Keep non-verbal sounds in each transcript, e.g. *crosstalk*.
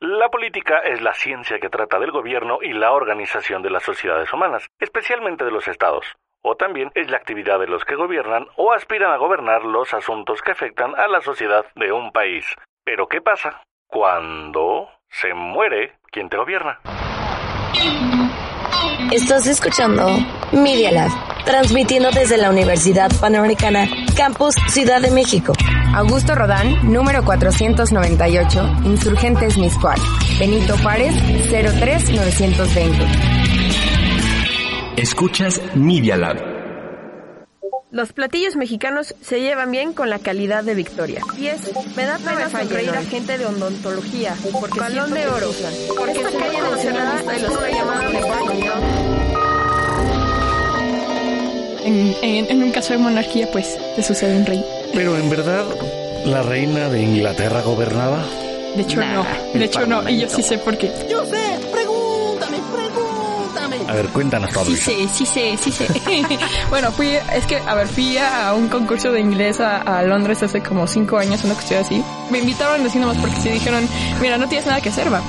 La política es la ciencia que trata del gobierno y la organización de las sociedades humanas, especialmente de los estados. O también es la actividad de los que gobiernan o aspiran a gobernar los asuntos que afectan a la sociedad de un país. Pero ¿qué pasa cuando se muere quien te gobierna? Estás escuchando Media Lab, transmitiendo desde la Universidad Panamericana, Campus Ciudad de México. Augusto Rodán, número 498, Insurgentes Miscual. Benito Juárez, 03920. Escuchas Media Lab. Los platillos mexicanos se llevan bien con la calidad de Victoria. 10. Me da pena sonreír a gente de odontología. Porque Balón de oro. Porque esta calle mencionada de los que llamaron En, en- en un caso de monarquía, pues te sucede un rey. Pero en verdad, ¿la reina de Inglaterra gobernaba? De hecho, no. De hecho, no. Y yo sí sé por qué. *laughs* Yo sé, pregúntame, pregúntame. A ver, cuéntanos, Pablo. Sí sé, sí sé, sí sé. bueno, fui, es que, a ver, fui a un concurso de inglés a, a Londres hace como cinco años, una cuestión así. Me invitaron así nomás porque sí dijeron, mira, no tienes nada que hacer, va.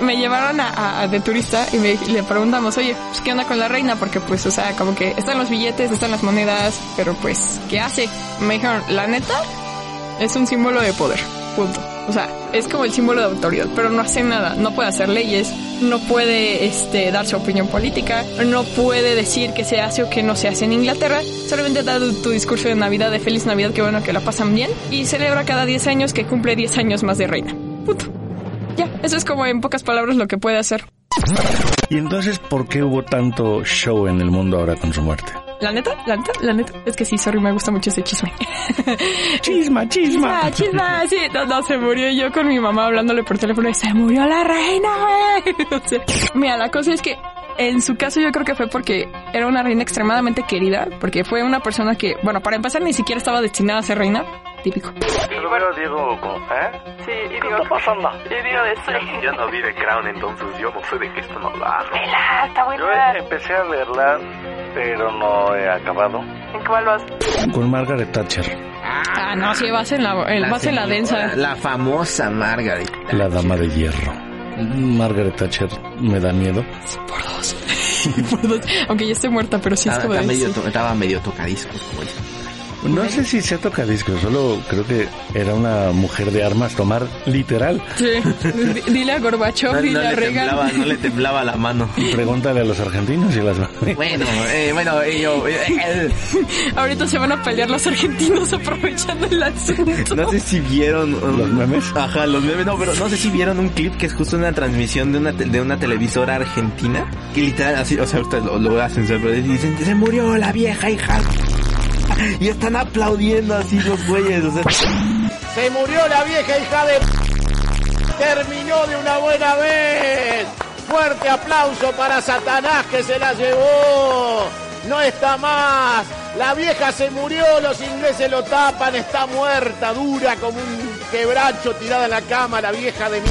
*laughs* me llevaron a, a- a- de turista y me- le preguntamos, oye, pues, ¿qué onda con la reina? Porque pues, o sea, como que están los billetes, están las monedas, pero pues, ¿qué hace? Me dijeron, la neta, es un símbolo de poder, punto. O sea, es como el símbolo de autoridad, pero no hace nada, no puede hacer leyes, no puede este, dar su opinión política, no puede decir qué se hace o qué no se hace en Inglaterra, solamente da tu, tu discurso de Navidad, de feliz Navidad, que bueno que la pasan bien, y celebra cada 10 años que cumple 10 años más de reina. Punto. Ya, eso es como en pocas palabras lo que puede hacer. ¿Y entonces por qué hubo tanto show en el mundo ahora con su muerte? La neta, la neta, la neta, es que sí, sorry, me gusta mucho ese chisme. *laughs* Chisma, Ah, chisma, sí, no, no, se murió y yo con mi mamá hablándole por teléfono y se murió la reina, güey. *laughs* O sea, mira, la cosa es que en su caso yo creo que fue porque era una reina extremadamente querida, porque fue una persona que, bueno, para empezar ni siquiera estaba destinada a ser reina, típico. Si lo hubiera Diego, como, ¿eh? Sí, y ¿Qué digo, está pasando? *laughs* y digo de sí. Yo no vi de Crown, entonces yo no sé de qué están hablando. Ah, está Yo buena. empecé a verla, pero no he acabado. ¿En cuál vas? Con Margaret Thatcher, Ah, no, sí, vas en la, eh, en- vas en la densa. La famosa Margaret. la dama de hierro. Margaret Thatcher me da miedo. Por dos. Por dos. Aunque ya esté muerta, pero sí es Estaba, como de... estaba medio, sí. to- estaba medio tocadiscos, como dicen. No sé si se toca discos, solo creo que era una mujer de armas tomar literal. Sí. D- Dile a Gorbachev, No, dile no a le Reagan. temblaba, no le temblaba la *laughs* mano. Pregúntale a los argentinos y las Bueno, eh, bueno, eh, yo, eh, eh, Ahorita se van a pelear los argentinos *laughs* aprovechando el asunto. No sé si vieron um, ¿Los memes? Ajá, los memes. No, pero no sé si vieron un clip que es justo una transmisión de una, te- de una televisora argentina. Que literal, así, o sea, ahorita lo, lo hacen, pero dicen, se murió la vieja hija. *laughs* Y están aplaudiendo así los güeyes, o sea. Se murió la vieja hija de... Terminó de una buena vez. Fuerte aplauso para Satanás que se la llevó. No está más. La vieja se murió, los ingleses lo tapan, está muerta, dura como un quebracho tirada en la cama, la vieja de mi...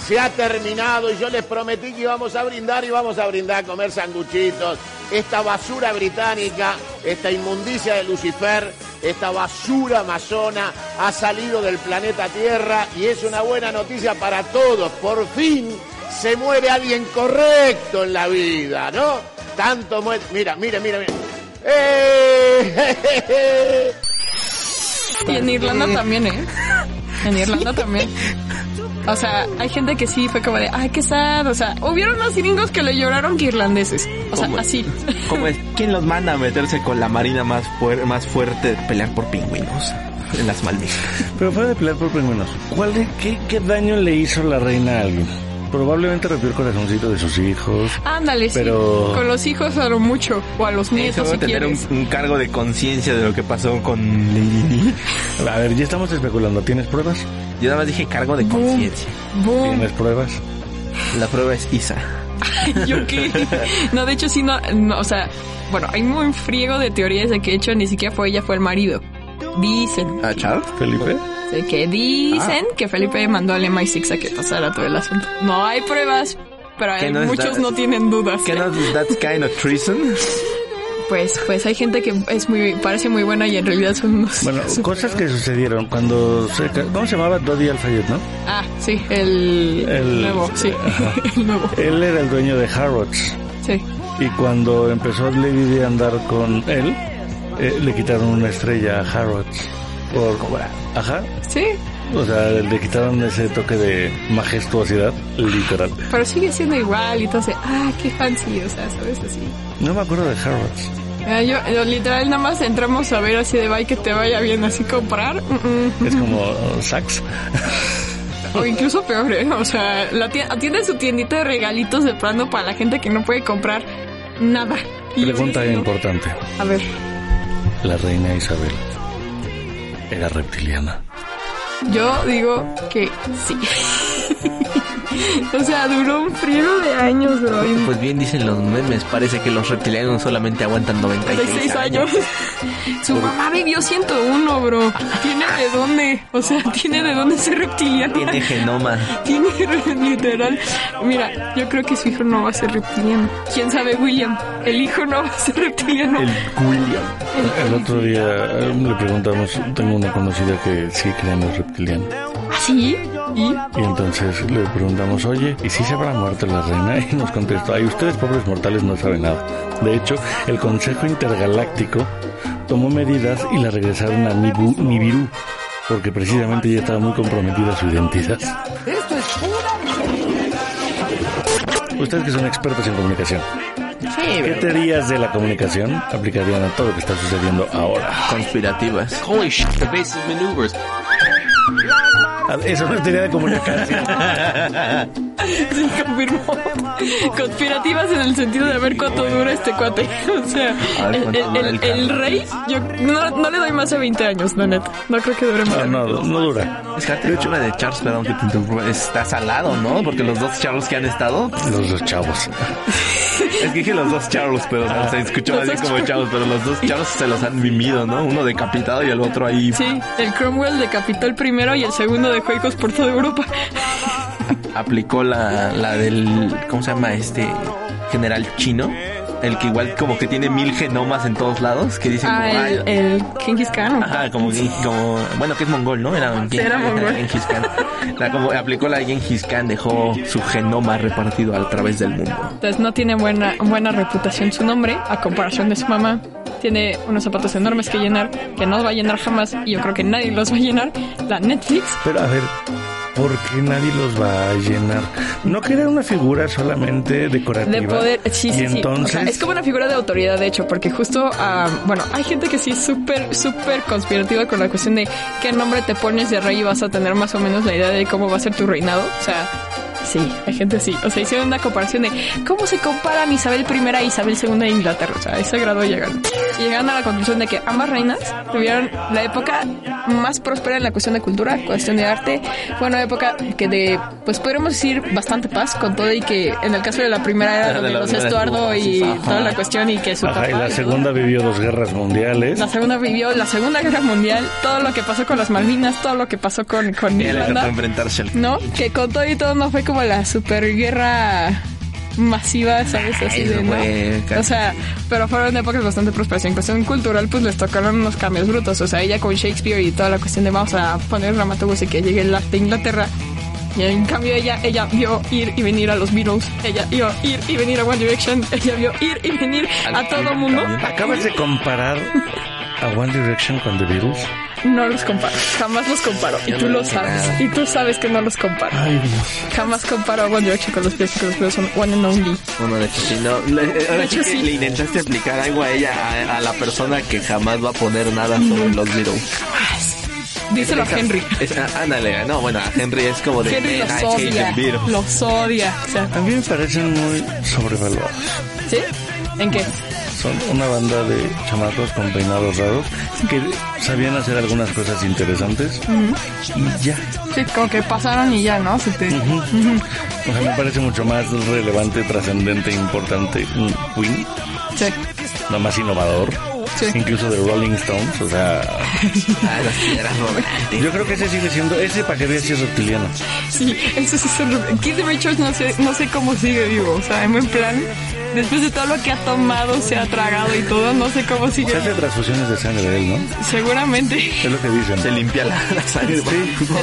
Se ha terminado y yo les prometí que íbamos a brindar y vamos a brindar a comer sanguchitos. Esta basura británica, esta inmundicia de Lucifer, esta basura amazona ha salido del planeta Tierra y es una buena noticia para todos. Por fin se muere alguien correcto en la vida, ¿no? Tanto muere. Mira, mira, mira, mira. ¡Eh! *laughs* Y en Irlanda también, ¿eh? En Irlanda también. O sea, hay gente que sí fue como de, ay, qué sad. O sea, hubieron más gringos que le lloraron que irlandeses. O sea, ¿Cómo? así. ¿Cómo es? ¿Quién los manda a meterse con la marina más, fuer- más fuerte de pelear por pingüinos? En las Maldivas. Pero fuera de pelear por pingüinos, ¿cuál de- qué, qué daño le hizo la reina a alguien? Probablemente rompió el corazoncito de sus hijos. Ándale, sí. Pero- Con los hijos a lo mucho. O a los nietos Eso si tener un, quieres. un cargo de conciencia de lo que pasó con Lady Di. A ver, ya estamos especulando. ¿Tienes pruebas? Yo nada más dije cargo de Boom. conciencia. Boom. ¿Tienes pruebas? La prueba es Isa. *laughs* ¿Yo qué? No, de hecho, sí, no, no, O sea, bueno, hay un friego de teorías de que, de hecho, ni siquiera fue ella, fue el marido. Dicen. ¿Ah, Charles? ¿Felipe? De que dicen Ah. que Felipe mandó al MI6 a que pasara todo el asunto. No hay pruebas, pero Que hay- no es muchos da- no tienen dudas. Que no, that's kind of treason. pues, pues hay gente que es muy, parece muy buena y en realidad son unos. *laughs* Bueno, cosas que sucedieron cuando... se ca- ¿Cómo se llamaba Dodi Alfayet, no? Ah, sí, el, El- nuevo, sí, *laughs* ajá. *laughs* el nuevo, Él era el dueño de Harrods. sí. Y cuando empezó Lady Di a andar con él, eh, le quitaron una estrella a Harrods. Por cobrar. Ajá. Sí, O sea, le quitaron ese toque de majestuosidad, literal. pero sigue siendo igual y entonces, ah, qué fancy, o sea, sabes así. No me acuerdo de Harrods. Ah, yo, yo literal nada más entramos a ver así de bye que te vaya bien así comprar. mm, Es como uh, Saks. mm. O incluso peor, ¿eh? o sea, la tienda, tiene su tiendita de regalitos de plano para la gente que no puede comprar nada. Y yo Pregunta diciendo, importante. A ver, La reina Isabel era reptiliana. yo digo que sí. *laughs* o sea, duró un frío de años, bro. y Pues bien dicen los memes, parece que los reptilianos solamente aguantan 96 36 años. años. *laughs* Su mamá vivió 101, bro. Tiene de dónde, o sea, tiene de dónde ser reptiliano. Tiene genoma. *laughs* Tiene literal. Mira, yo creo que su hijo no va a ser reptiliano. ¿Quién sabe, William? El hijo no va a ser reptiliano. El William. El otro día eh, le preguntamos, tengo una conocida que sí cree en los reptilianos. ¿Ah, sí? ¿Y? Y entonces le preguntamos, oye, ¿y si se habrá muerto la reina? Y nos contestó, ay, ustedes pobres mortales no saben nada. De hecho, el Consejo Intergaláctico tomó medidas y la regresaron a Nibu- Nibiru, porque precisamente ya estaba muy comprometida su identidad. Ustedes que son expertos en comunicación, ¿qué teorías de la comunicación aplicarían a todo lo que está sucediendo ahora? Conspirativas. Holy shit, evasive maneuvers. Ah, Eso no es teoría de comunicación. Sí, confirmó. Conspirativas en el sentido de ver cuánto dura este cuate. *laughs* O sea, A ver el, cuánto dura el- el el rey, yo no, no le doy más a 20 años, la neta. No creo que dure más. No, no, no dura. De hecho, la de Charles, perdón que te interrumpa, está salado, ¿no? Porque los dos Charles que han estado. Los dos chavos. Es que dije los dos Charles, pero no, se escuchó Los así dos como Charles, pero los dos Charles se los han mimido, ¿no? Uno decapitado y el otro ahí. Sí, el Cromwell decapitó el primero y el segundo dejó hijos por toda Europa. aplicó la, la del, ¿cómo se llama este? General chino. El que igual como que tiene mil genomas en todos lados, que dicen como, Ah, "Ay, el, el Genghis Khan. Ajá, como, como, bueno, que es mongol, ¿no? Era, era mongol. Genghis Khan. La, como, aplicó la de Genghis Khan, dejó su genoma repartido a través del mundo. Entonces no tiene buena, buena reputación su nombre a comparación de su mamá. Tiene unos zapatos enormes que llenar, que no va a llenar jamás y yo creo que nadie los va a llenar. La Netflix. Pero a ver, ¿por qué nadie los va a llenar? ¿No que era una figura solamente decorativa? De poder, sí, y sí, sí. entonces, O sea, es como una figura de autoridad, de hecho, porque justo, ah, bueno, hay gente que sí es súper, súper conspirativa con la cuestión de qué nombre te pones de rey y vas a tener más o menos la idea de cómo va a ser tu reinado. O sea, sí, hay gente sí. O sea, hicieron una comparación de cómo se comparan Isabel I a Isabel II de Inglaterra. O sea, a ese grado llegaron. Y llegaron a la conclusión de que ambas reinas tuvieron la época más próspera en la cuestión de cultura, cuestión de arte. Fue una época que de, pues podríamos decir, bastante paz con todo y que en el caso de la primera era De donde la los primera Estuardo estuvo, y sí, ajá. toda la cuestión y que su ajá, papá y la y segunda vivió dos guerras mundiales. la segunda vivió la Segunda Guerra Mundial, todo lo que pasó con las Malvinas, todo lo que pasó con, con Y le tocó Irlanda, enfrentarse al... ¿no? Que con todo y todo no fue como la superguerra masiva, ¿sabes? Así Ay, de, no ¿no? fue casi. O sea, pero fueron épocas bastante prósperas. En cuestión cultural, pues les tocaron unos cambios brutos. O sea, ella con Shakespeare y toda la cuestión de vamos a poner dramaturgos y que llegue el arte a Inglaterra. Y en cambio ella, ella vio ir y venir a los Beatles, ella vio ir y venir a One Direction, ella vio ir y venir a todo mundo. Acabas de comparar a One Direction con The Beatles. No los comparo, jamás los comparo. Y tú lo sabes, y tú sabes que no los comparo. Ay, Dios. Jamás comparo a One Direction con los Beatles, que los Beatles son one and only. Bueno, de hecho sí, no. Le, eh, ahora sí hecho, que sí. le intentaste aplicar algo a ella, a, a la persona que jamás va a poner nada sobre los Beatles. Díselo a Henry. Es, ah, ándale, no, bueno, a Henry es como de... Henry "Man, I los hate the odia, Beatles". los odia. O sea, A mí me parecen muy sobrevalorados. ¿Sí? ¿En qué? Son una banda de chamacos con peinados raros que sabían hacer algunas cosas interesantes y ya. Sí, como que pasaron y ya, ¿no? Se te- O sea, me parece mucho más relevante, trascendente, importante un Queen, Sí. no más innovador. Sí. incluso de Rolling Stones, o sea, Ah, las piedras rodantes. yo creo que ese sigue siendo, ese para que veas si es reptiliano. Sí, eso sí es horrible. Keith Richards no sé, no sé cómo sigue vivo. O sea, en buen plan, después de todo lo que ha tomado, se ha tragado y todo, no sé cómo Se sigue. hace transfusiones de sangre de él, ¿no? Seguramente. Es lo que dicen. Se limpia la, la sangre. Te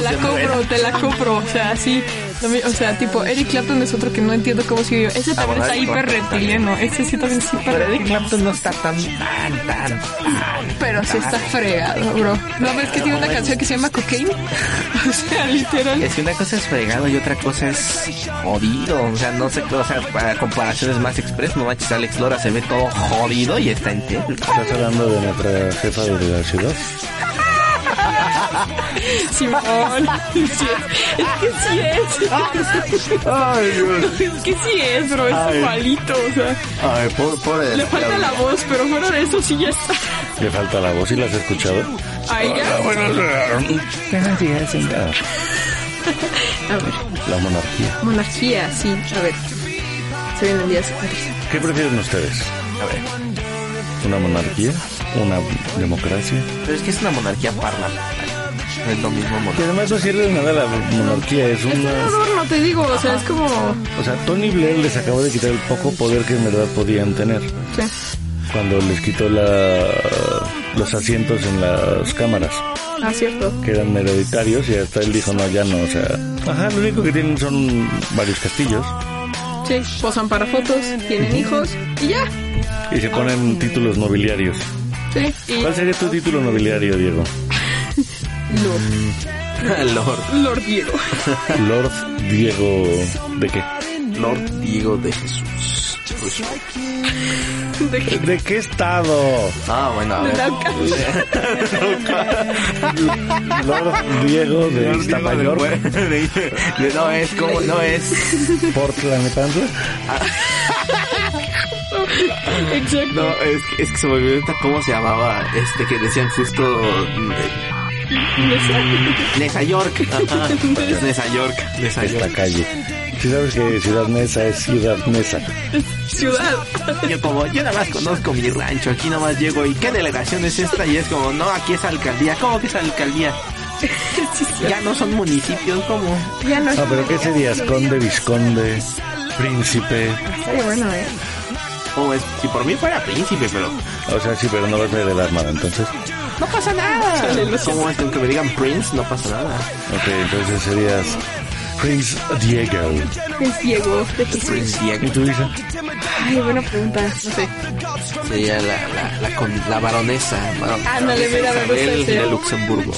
*laughs* la compro, te la compro. O sea, sí. lo mi- O sea, tipo, Eric Clapton es otro que no entiendo cómo sigue vivo. Ese también bueno, está Eric hiper Clapton reptiliano. Ese sí también es hiper Pero Eric reptiliano. Clapton no está tan, tan, tan, tan. Pero sí Ah. está fregado, bro. ¿No ves que tiene una canción que se llama Cocaine? *laughs* O sea, literal. Es que una cosa es fregado y otra cosa es jodido. O sea, no sé, o sea, para comparaciones más express, no manches, Alex Lora se ve todo jodido y está en tierra. Estás hablando de nuestra jefa de la ciudad. Simón. Sí, es que sí es. Ay, Dios. Es que sí es, bro. Es igualito. O sea, Ay, pobre. le falta la voz, pero fuera de eso sí ya está. Le falta la voz y la has escuchado. Ay, ya. A ver, La monarquía. Monarquía, sí. A ver. Se vienen días. ¿Qué prefieren ustedes? A ver. ¿Una monarquía? ¿Una democracia? Pero es que es una monarquía parlamentaria. No es lo mismo Que monarquía. además no sirve de nada la monarquía, es una... No, no te digo. O sea, es como. O sea, Tony Blair les acabó de quitar el poco poder que en verdad podían tener Sí. cuando les quitó la... los asientos en las cámaras, Ah, cierto. que eran hereditarios, y hasta él dijo, no, ya no, o sea... Ajá, lo único que tienen son varios castillos, Sí, posan para fotos, tienen hijos y ya. y se ponen títulos nobiliarios. Sí, y ¿Cuál sería tu título nobiliario, Diego? Lord, Lord, Lord *laughs* Diego. Lord Diego... ¿De qué? Lord Diego de Jesús. Pues, De que ¿De qué estado? ah, bueno, a ver. Arauca. Lord Diego de Iztapayor, *laughs* de- no es como, no es, Portland, Tanzania. Exacto. no es, que- es que se me olvidó ahorita cómo se llamaba este que decían justo Nesa York, Ajá, es Nesa York, Nesa esta York. calle. Si sabes que Ciudad Nesa es Ciudad Nesa. Ciudad. Yo como, yo nada más conozco mi rancho, aquí nada más llego y qué delegación es esta y es como, no, aquí es alcaldía, ¿cómo que es alcaldía? Ya no son municipios, ¿cómo? Ya no Ah, pero ¿qué serías? Conde, Visconde, Príncipe. Estaría bueno, ¿eh? O es, si por mí fuera príncipe, pero O sea, sí, pero no vas a heredar nada, entonces. no pasa nada. ¿Cómo es que me digan Prince? No pasa nada. Ok, entonces serías Prince Diego. Es Diego. ¿De qué se- Prince Diego. ¿Y tú dices? Ay, buena pregunta. No sé. Sería la, la, la, con, la baronesa. baron- Ándale, mira, me gusta Isabel ese. de Luxemburgo.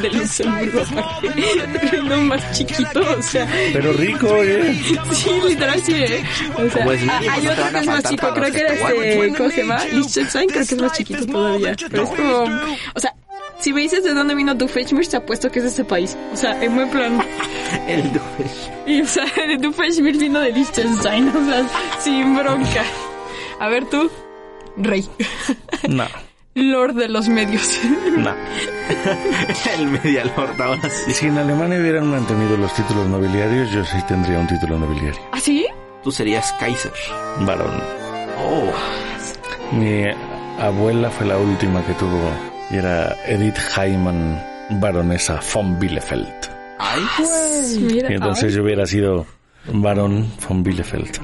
De Luxemburgo, *laughs* aparte. No más chiquito, o sea. Pero rico, ¿eh? Sí, literal, sí, ¿eh? O sea, Como es ah, mínimo, hay no te otro van que a es más faltar chico, para creo que era los que te este, ¿cómo se llama? Liechtenstein, creo que es más chiquito todavía. Pero es como, o sea, si me dices de dónde vino Dufechmir, te apuesto que es de ese país. O sea, en buen plan. El duque. Y, o sea, *laughs* Dufechmir vino de Liechtenstein, o sea, sin bronca. A ver tú, rey. No, *laughs* Lord de los medios. *laughs* no. *laughs* El medialord ahora Y sí. si en Alemania hubieran mantenido los títulos nobiliarios, yo sí tendría un título nobiliario. ¿Ah, sí? Tú serías Kaiser. Varón. Oh. Mi abuela fue la última que tuvo y era Edith Hyman, baronesa von Bielefeld. Ay, Mira, Y entonces yo hubiera sido varón von Bielefeld.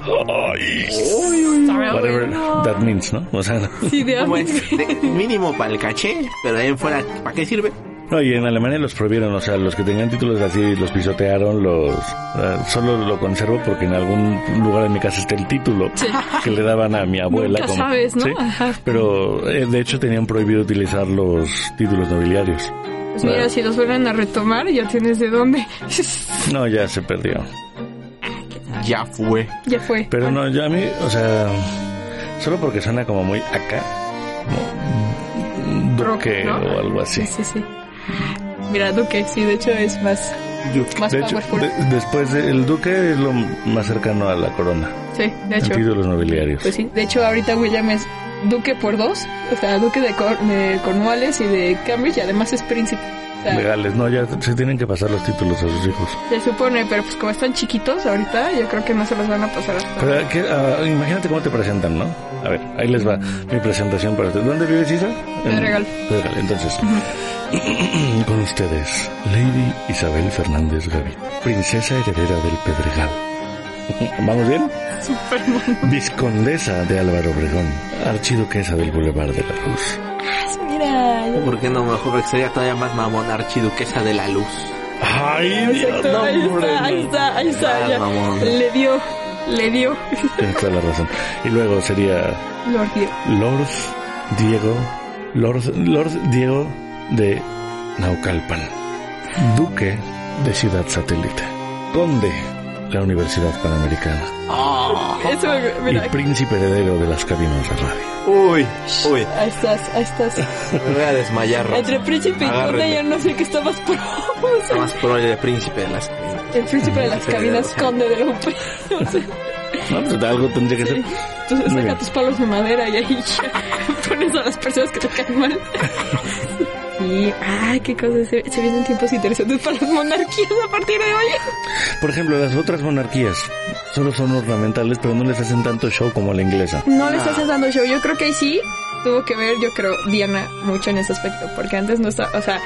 ay, Whatever that means, ¿no? O sea, *laughs* no. sí, de ¿cómo es? De- mínimo para el caché, pero de ahí en fuera, ¿para qué sirve? No, y en Alemania los prohibieron, o sea, los que tenían títulos así los pisotearon, los... eh, solo lo conservo porque en algún lugar de mi casa está el título que le daban a mi abuela. Nunca sabes, ¿no? Sí. Ajá. Pero eh, de hecho tenían prohibido utilizar los títulos nobiliarios. Pues mira, si los vuelven a retomar, ya tienes de dónde. *laughs* No, ya se perdió. Ya fue. ya fue. Pero no, yo a mí, o sea, solo porque suena como muy acá, como duque Rock, ¿no? o algo así. Sí, sí, sí. Mira, Duque, sí, de hecho es más, más De hecho, powerful. de- después del duque es lo más cercano a la corona, sí, de en hecho. títulos nobiliarios. Pues sí, de hecho ahorita William es Duque por dos, o sea, Duque de, Cor- de Cornwallis y de Cambridge y además es príncipe. legales, no, ya se tienen que pasar los títulos a sus hijos. Se supone, pero pues como están chiquitos ahorita, yo creo que no se los van a pasar hasta. Pero, ¿qué? Ah, imagínate cómo te presentan, ¿no? A ver, ahí les va mi presentación para ustedes. ¿Dónde vives, Isa? Pedregal. Pedregal, entonces. *clears throat* Con ustedes, Lady Isabel Fernández Gavitt, princesa heredera del Pedregal. *laughs* ¿Vamos bien? Viscondesa de Álvaro Obregón, archiduquesa del Boulevard de la Luz. Mira, ¿Por qué no? Mejor que sería todavía más mamón, archiduquesa de la luz. ¡Ay, Dios! exacto, no, ahí hombre, está, ahí no. está, ahí está, Ah, ya. mamón. Le dio, le dio, Tienes toda la razón. Y luego sería lo dio. Lord Diego, Lord, Lord Diego de Naucalpan, Duque de Ciudad Satélite, Conde de la Universidad Panamericana Eso, me- y mira, Príncipe Heredero de las Cabinas de Radio. Uy, uy, ahí estás, ahí estás. me voy a desmayar. Entre príncipe y conde Agárrenme. ya no sé qué está más pro. *laughs* o sea, Nada más por hoy de príncipe de las El príncipe de las cabinas, conde de la UP. O sea, No, pues, algo tendría que ser. Entonces Muy saca bien. tus palos de madera y ahí ya *laughs* pones a las personas que te *laughs* caen mal. Y, ay, qué cosas. Se, se vienen tiempos interesantes para las monarquías a partir de hoy. Por ejemplo, las otras monarquías solo son ornamentales, pero no les hacen tanto show como la inglesa. No le estás dando show. Yo creo que ahí sí tuvo que ver, yo creo, Diana mucho en ese aspecto. Porque antes no estaba, o sea,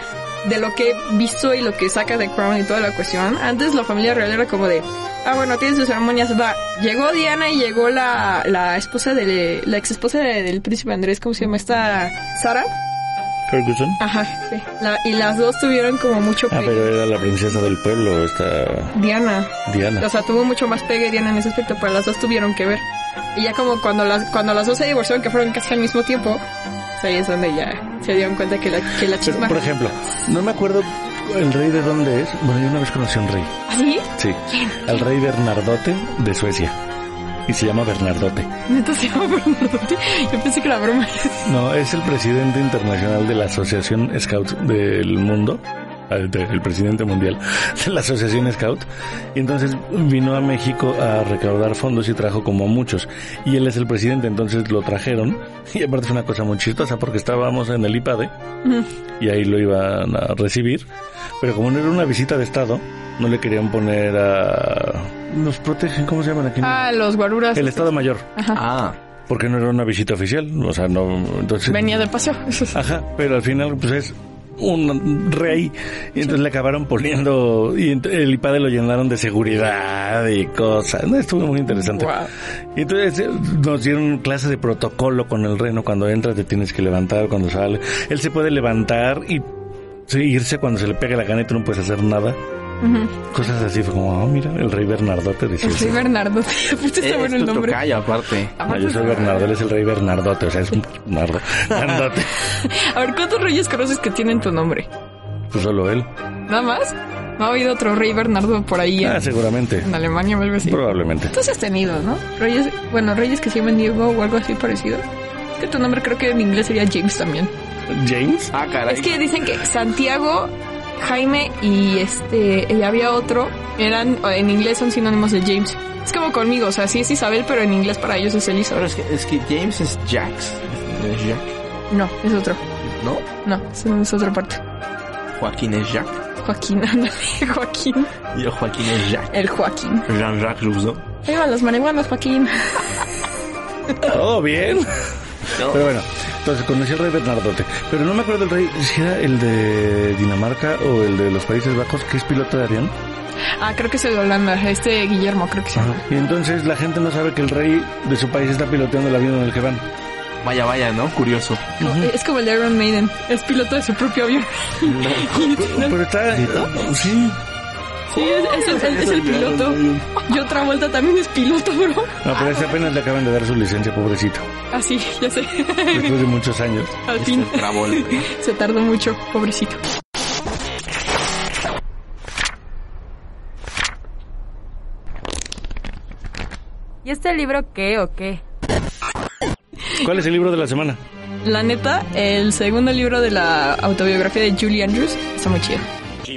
de lo que he visto y lo que saca de Crown y toda la cuestión, antes la familia real era como de, ah, bueno, tiene sus ceremonias, va. Llegó Diana y llegó la, la esposa de, la ex esposa del príncipe Andrés, ¿cómo se llama esta? Sara. Ferguson. Ajá, sí. La- y las dos tuvieron como mucho Ah, pegue. pero era la princesa del pueblo, esta Diana. Diana. O sea, tuvo mucho más pegue Diana en ese aspecto, pero las dos tuvieron que ver. Y ya como cuando las, cuando las dos se divorciaron, que fueron casi al mismo tiempo, pues ahí es donde ya se dieron cuenta que la, que la Pero, chisma... por ejemplo, no me acuerdo el rey de dónde es. Bueno, yo una vez conocí a un rey. ¿Así? Sí. El rey Bernardote de Suecia. Y se llama Bernardote. ¿Neta se llama Bernardote? Yo pensé que la broma era... No, es el presidente internacional de la Asociación Scout del Mundo. Ah, de- El presidente mundial *laughs* de la Asociación Scout. Y entonces vino a México a recaudar fondos y trajo como muchos. Y él es el presidente, entonces lo trajeron. *laughs* Y aparte fue una cosa muy chistosa porque estábamos en el IPADE. E, y ahí lo iban a recibir. Pero como no era una visita de Estado, no le querían poner a... Nos protegen, ¿cómo se llaman aquí? Ah, los guaruras. el Estado Mayor, Ah, porque no era una visita oficial, o sea, no... Entonces... Venía del *laughs* paseo. Ajá, pero al final pues es un rey y entonces le acabaron poniendo y ent- el IPADE lo llenaron de seguridad y cosas. No, estuvo muy interesante. Guau. Y entonces eh, nos dieron clase de protocolo con el reino. Cuando entras te tienes que levantar, cuando sale. Él se puede levantar y sí, irse cuando se le pegue la gana y tú no puedes hacer nada. Ujú. Cosas así, fue como, ah, mira, el rey Bernardo te decía. Pues sí, *laughs* Bernardote. Puta, está bueno el Eh, es tu nombre. tocayo aparte. No, yo soy Bernardo, él es el rey Bernardote, o sea, es un Bernardo. Bernardote. A ver, ¿cuántos reyes conoces que tienen tu nombre? Pues solo él. ¿Nada más? ¿No ha habido otro rey Bernardo por ahí en, Ah, seguramente. en Alemania o algo así? Probablemente. Tú sí has tenido, ¿no? Reyes, bueno, reyes que se llaman Diego o algo así parecido. Es que tu nombre creo que en inglés sería James también. James. Ah, caray. Es que dicen que Santiago, Jaime y este, y había otro, eran, en inglés son sinónimos de James. Es como conmigo, o sea, sí es Isabel, pero en inglés para ellos es Pero Elizabeth. es que, es que James es Jax. ¿Es Jack? No, es otro. ¿No? No, es, es otra parte. Joaquín es Jack. Joaquín, *laughs* ándale, Joaquín. Yo Joaquín es Jack. El Joaquín. Jean-Jacques Rousseau. Ahí van los marihuanos, Joaquín. Todo bien. No. Pero bueno, entonces conocí al rey Bernardote. Pero no me acuerdo el rey, si era el de Dinamarca o el de los Países Bajos, que es piloto de avión. Ah, creo que es el de Holanda, este Guillermo, creo que se llama. Y entonces la gente no sabe que el rey de su país está piloteando el avión en el que van. Vaya, vaya, ¿no? Curioso. Es como el de Iron Maiden, es piloto de su propio avión. Pero está... Sí. Sí, es, es el- es el piloto. Y otra vuelta también es piloto, bro. No, pero ese apenas le acaban de dar su licencia, pobrecito. Así, ya sé. *laughs* Después de muchos años. Al Este fin. trabó el- Se tardó mucho, pobrecito. ¿Y este libro qué o qué? ¿Cuál es el libro de la semana? La neta, el segundo libro de la autobiografía de Julie Andrews está muy chido.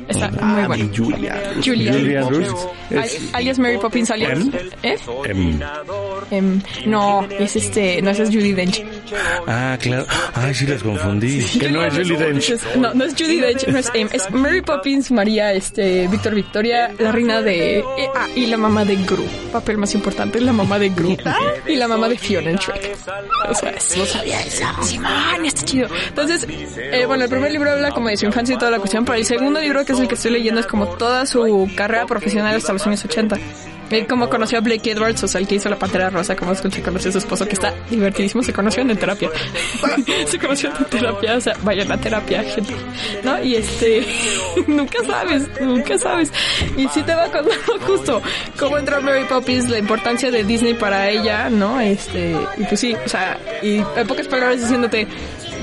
Está muy Ah, bueno. mi Julia. Julia. Julia Roberts. Al- Es- alias Mary Poppins alias. Em. ¿Eh? Em. Em, no, es este, no esa es Judy Dench. Ah, claro. Ay, sí las confundí. que no es Julie Dench. No, no es Judy Dench, no es Em, es Mary Poppins, María, este, Víctor Victoria, la reina de eh, ah, y la mamá de Gru. Papel más importante, la mamá de Gru y la mamá de Fiona en Shrek. O sea, es- no sabía eso. Simón, está chido. Entonces, eh, bueno, el primer libro habla como de su infancia y toda la cuestión, pero el segundo libro, que es el que estoy leyendo, es como toda su carrera profesional hasta los años 80. Él como conoció a Blake Edwards, o sea, el que hizo La Pantera Rosa, como es que conoció a su esposo, que está divertidísimo, se conocieron en terapia. *laughs* se conocieron en terapia, o sea, vayan a terapia, gente. ¿No? Y este, *laughs* nunca sabes, nunca sabes. Y sí te va contando justo cómo entró Mary Poppins, la importancia de Disney para ella, ¿no? Este, y pues sí, o sea, y en pocas palabras diciéndote,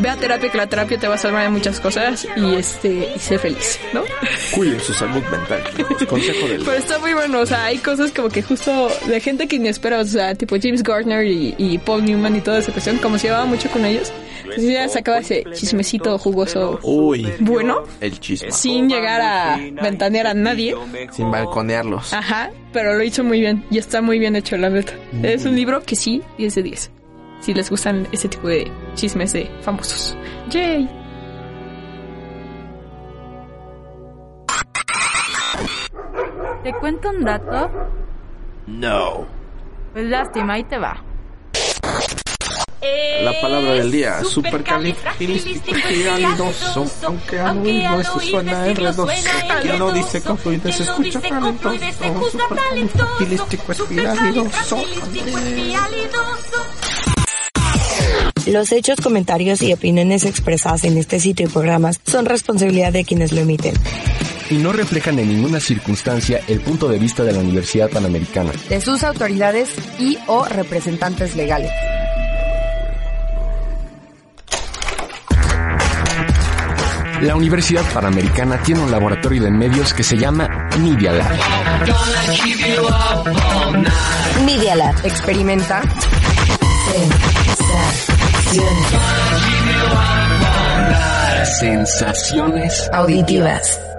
ve a terapia, que la terapia te va a salvar de muchas cosas, y este, y sé feliz, ¿no? *laughs* Cuiden su salud *laughs* mental. Consejo del... Pero está muy bueno, o sea, hay cosas como que justo de gente que inesperas, o sea, tipo James Gardner y, y Paul Newman y toda esa cuestión, como se llevaba mucho con ellos, entonces ya sacaba ese chismecito jugoso Uy. bueno, El chisme. sin llegar a ventanear a nadie, Sin balconearlos. ajá, pero lo hizo muy bien y está muy bien hecho, la neta. Es un libro que sí, 10 de 10, si les gustan ese tipo de chismes de famosos. ¡Yay! ¿Te cuento un dato? No. Pues lástima, ahí te va. Eh, La palabra del día, supercalifragilisticoexpialidoso, aunque al oído eso suena R2, quien no dice confluido se escucha talentoso, supercalifragilisticoexpialidoso. Los hechos, comentarios y opiniones expresadas en este sitio y programas son responsabilidad de quienes lo emiten. Y no reflejan en ninguna circunstancia el punto de vista de la Universidad Panamericana. de sus autoridades y o representantes legales. La Universidad Panamericana tiene un laboratorio de medios que se llama Media Lab. Media Lab. Experimenta. Sensaciones Auditivas.